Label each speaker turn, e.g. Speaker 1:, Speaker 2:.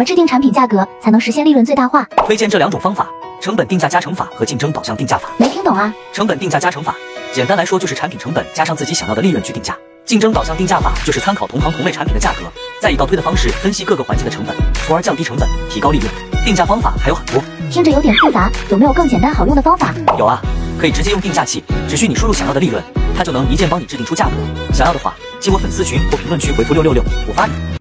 Speaker 1: 而制定产品价格才能实现利润最大化。
Speaker 2: 推荐这两种方法：成本定价加成法和竞争导向定价法。
Speaker 1: 没听懂啊？
Speaker 2: 成本定价加成法，简单来说就是产品成本加上自己想要的利润去定价。竞争导向定价法就是参考同行同类产品的价格，再以倒推的方式分析各个环节的成本，从而降低成本，提高利润。定价方法还有很多，
Speaker 1: 听着有点复杂，有没有更简单好用的方法？
Speaker 2: 有啊，可以直接用定价器，只需你输入想要的利润，它就能一键帮你制定出价格。想要的话，进我粉丝群或评论区回复六六六，我发你。